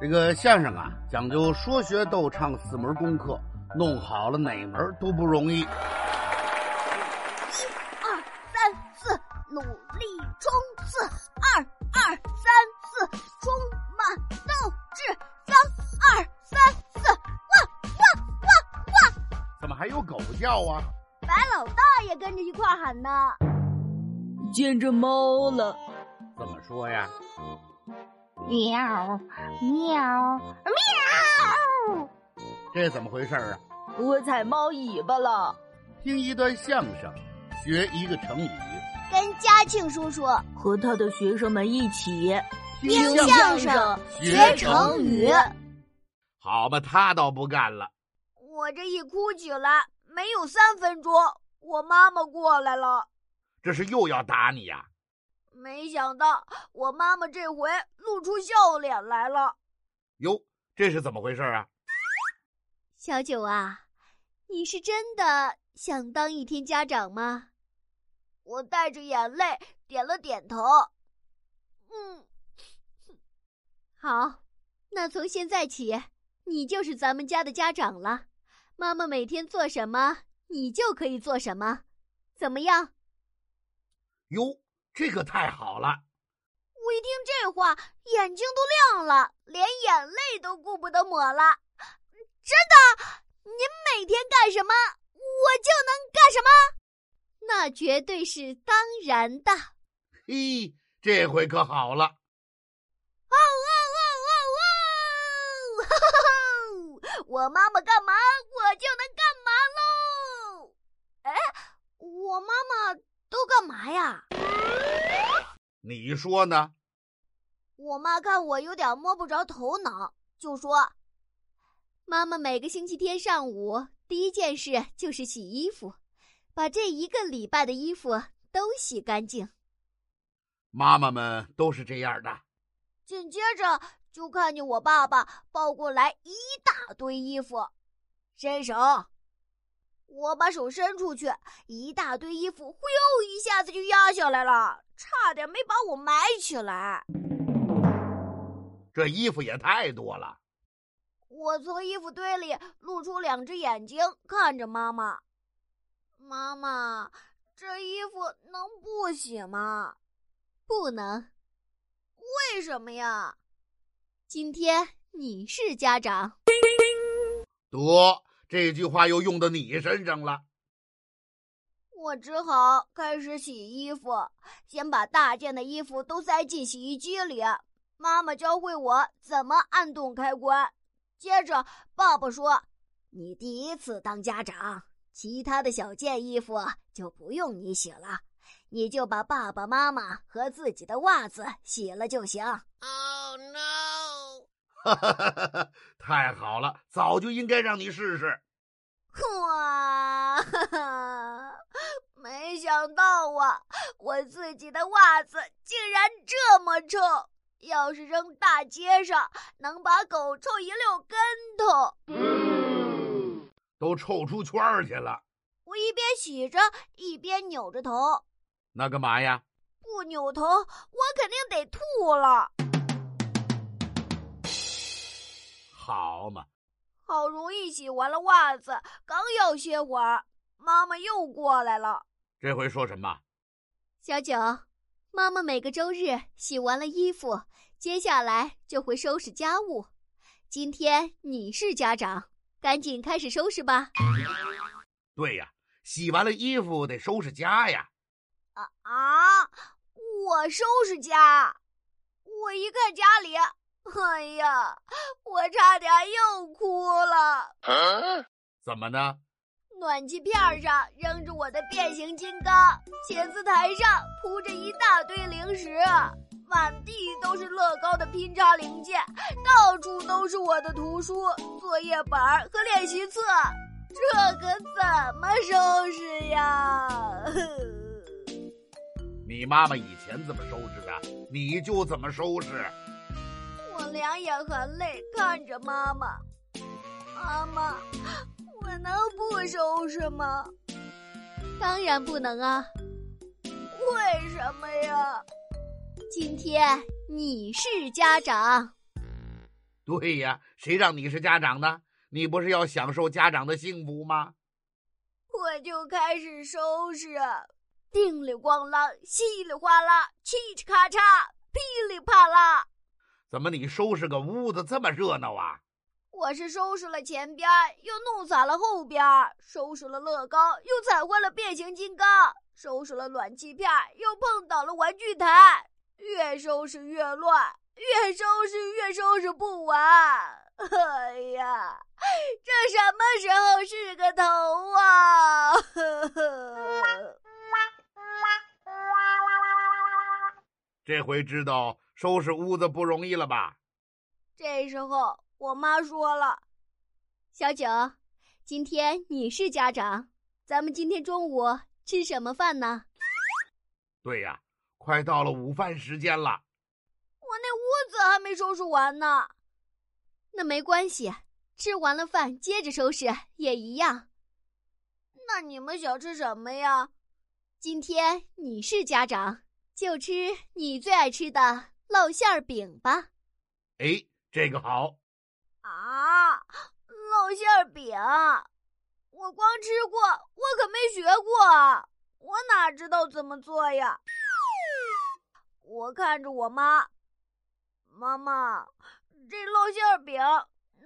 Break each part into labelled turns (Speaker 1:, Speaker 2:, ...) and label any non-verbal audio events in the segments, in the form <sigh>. Speaker 1: 这个相声啊，讲究说学逗唱四门功课，弄好了哪门都不容易。
Speaker 2: 二三四，努力冲刺；二二三四，充满斗志；三二三四，汪汪汪汪！
Speaker 1: 怎么还有狗叫啊？
Speaker 2: 白老大也跟着一块儿喊呢。
Speaker 3: 见着猫了，
Speaker 1: 怎么说呀？
Speaker 2: 喵喵喵！
Speaker 1: 这怎么回事儿啊？
Speaker 3: 我踩猫尾巴了。
Speaker 1: 听一段相声，学一个成语，
Speaker 2: 跟嘉庆叔叔
Speaker 3: 和他的学生们一起
Speaker 2: 听
Speaker 1: 相
Speaker 2: 相声学成语。
Speaker 1: 好吧，他倒不干了。
Speaker 2: 我这一哭起来，没有三分钟，我妈妈过来了。
Speaker 1: 这是又要打你呀、
Speaker 2: 没想到我妈妈这回露出笑脸来了。
Speaker 1: 哟，这是怎么回事啊？
Speaker 2: 小九啊，你是真的想当一天家长吗？我带着眼泪点了点头。嗯，好，那从现在起，你就是咱们家的家长了。妈妈每天做什么，你就可以做什么，怎么样？
Speaker 1: 哟，这可太好了！
Speaker 2: 我一听这话，眼睛都亮了，连眼泪都顾不得抹了。真的，您每天干什么，我就能干什么，那绝对是当然的。哦哇
Speaker 1: 嘿，这回可好了。
Speaker 2: 哦哇哇哇哇！哈哈哈哦我妈妈干嘛，我就能干嘛喽。哎，我妈妈都干嘛呀？
Speaker 1: 你说呢？
Speaker 2: 我妈看我有点摸不着头脑，就说：“妈妈每个星期天上午第一件事就是洗衣服，把这一个礼拜的衣服都洗干净。
Speaker 1: 妈妈们都是这样的。”
Speaker 2: 紧接着就看见我爸爸抱过来一大堆衣服，伸手，我把手伸出去，一大堆衣服忽悠一下子就压下来了，差点没把我埋起来。
Speaker 1: 这衣服也太多了。
Speaker 2: 我从衣服堆里露出两只眼睛，看着妈妈。妈妈，这衣服能不洗吗？不能。为什么呀？今天你是家长。
Speaker 1: 得，这句话又用到你身上了。 <laughs>
Speaker 2: 我只好开始洗衣服，先把大件的衣服都塞进洗衣机里。妈妈教会我怎么按动开关。接着，爸爸说：“你第一次当家长，其他的小件衣服就不用你洗了，你就把爸爸妈妈和自己的袜子洗了就行。”
Speaker 4: Oh no!
Speaker 1: 太好了，早就应该让你试试。
Speaker 2: 哇，哈哈！ <laughs> 没想到啊，我自己的袜子竟然这么臭，要是扔大街上，能把狗臭一溜跟头。
Speaker 1: 都臭出圈儿去了。
Speaker 2: 我一边洗着，一边扭着头，
Speaker 1: 那干嘛呀？
Speaker 2: 不扭头，我肯定得吐了。
Speaker 1: 好嘛，
Speaker 2: 好容易洗完了袜子，刚要歇会儿，妈妈又过来了。
Speaker 1: 这回说什么？
Speaker 2: 小九，妈妈每个周日洗完了衣服，接下来就会收拾家务。今天你是家长，赶紧开始收拾吧。
Speaker 1: 对呀，洗完了衣服得收拾家呀。
Speaker 2: 啊啊！我收拾家，我一看家里，哎呀，我差点又哭了。
Speaker 4: Huh?
Speaker 1: 怎么呢？
Speaker 2: 暖气片儿上扔着我的变形金刚，写字台上铺着一大堆零食，满地都是乐高的拼插零件，到处都是我的图书、作业本儿和练习册，这可怎么收拾呀？ <laughs>
Speaker 1: 你妈妈以前怎么收拾的，你就怎么收拾。
Speaker 2: 我两眼含泪看着妈妈，妈妈，我能不收拾吗？当然不能啊！为什么呀？今天你是家长。
Speaker 1: 对呀，谁让你是家长的？你不是要享受家长的幸福吗？
Speaker 2: 我就开始收拾，叮里咣啷，稀里哗啦，嘁哧咔嚓，噼里啪啦。
Speaker 1: 怎么你收拾个屋子这么热闹啊？
Speaker 2: 我是收拾了前边，又弄洒了后边，收拾了乐高，又踩坏了变形金刚，收拾了暖气片，又碰倒了玩具台。越收拾越乱，越收拾越收拾不完。 <laughs> 哎呀，这什么时候是个头啊？ <laughs> 呵呵。
Speaker 1: 这回知道收拾屋子不容易了吧？
Speaker 2: 这时候，我妈说了：“小九，今天你是家长，咱们今天中午吃什么饭呢？
Speaker 1: 对呀，快到了午饭时间了。
Speaker 2: 我那屋子还没收拾完呢。那没关系，吃完了饭接着收拾也一样。那你们想吃什么呀？今天你是家长，就吃你最爱吃的烙馅儿饼吧。
Speaker 1: 哎，这个好。
Speaker 2: 啊，烙馅儿饼，我光吃过，我可没学过啊，我哪知道怎么做呀？我看着我妈，妈妈，这烙馅儿饼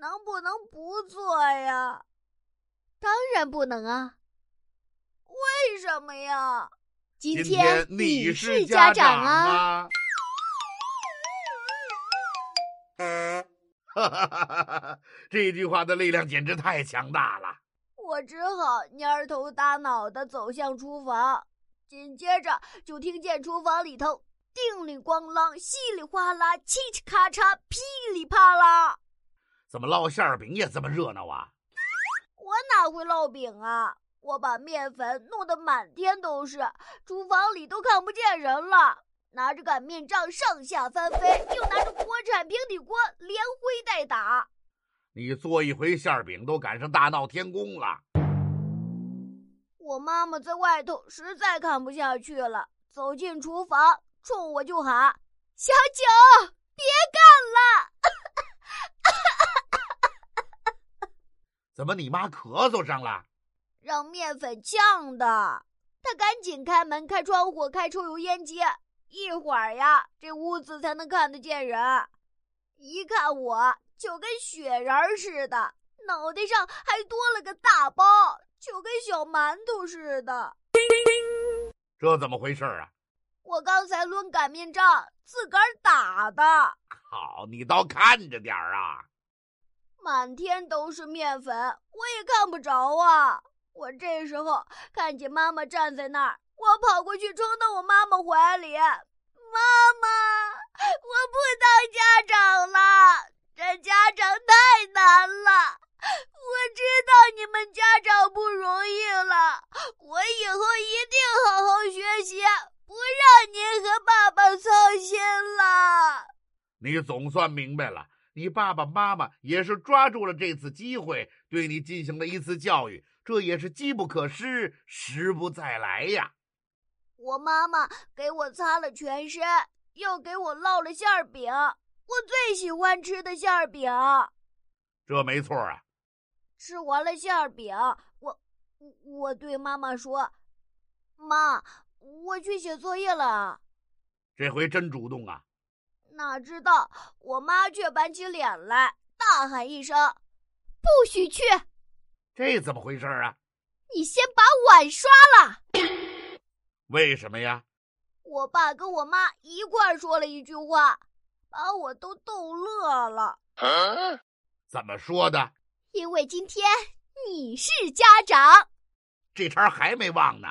Speaker 2: 能不能不做呀？当然不能啊！为什么呀？今天你是家长啊！
Speaker 1: 哈哈哈哈哈！ <laughs> 这句话的力量简直太强大了。
Speaker 2: 我只好蔫头耷脑的走向厨房，紧接着就听见厨房里头叮里咣啷、稀里哗啦、嘁哧咔嚓、噼里啪啦。
Speaker 1: 怎么烙馅儿饼也这么热闹啊？
Speaker 2: 我哪会烙饼啊？我把面粉弄得满天都是，厨房里都看不见人了。拿着擀面杖上下翻飞，又拿着锅铲、平底锅连挥带打。
Speaker 1: 你做一回馅儿饼都赶上大闹天宫了。
Speaker 2: 我妈妈在外头实在看不下去了，走进厨房，冲我就喊：“小九，别干了
Speaker 1: 怎么你妈咳嗽上了？！”
Speaker 2: 让面粉呛的，她赶紧开门、开窗户、开抽油烟机。一会儿呀，这屋子才能看得见人。一看我就跟雪人儿似的，脑袋上还多了个大包，就跟小馒头似的。
Speaker 1: 这怎么回事儿啊？
Speaker 2: 我刚才抡擀面杖自个儿打的。
Speaker 1: 好，你倒看着点儿啊！
Speaker 2: 满天都是面粉，我也看不着啊！我这时候看见妈妈站在那儿，我跑过去冲到我妈妈怀里。妈妈，我不当家长了，这家长太难了。我知道你们家长不容易了，我以后一定好好学习，不让您和爸爸操心了。
Speaker 1: 你总算明白了，你爸爸妈妈也是抓住了这次机会，对你进行了一次教育，这也是机不可失，时不再来呀。
Speaker 2: 我妈妈给我擦了全身，又给我烙了馅儿饼，我最喜欢吃的馅儿饼。
Speaker 1: 这没错啊。
Speaker 2: 吃完了馅儿饼，我我我对妈妈说：“妈，我去写作业了啊。
Speaker 1: 这回真主动啊！”
Speaker 2: 哪知道我妈却板起脸来，大喊一声：“不许去！
Speaker 1: 这怎么回事儿啊？
Speaker 2: 你先把碗刷了。”
Speaker 1: 为什么呀？
Speaker 2: 我爸跟我妈一块儿说了一句话，把我都逗乐了。
Speaker 4: Huh?
Speaker 1: 怎么说的？
Speaker 2: 因为今天你是家长。
Speaker 1: 这茬儿还没忘呢。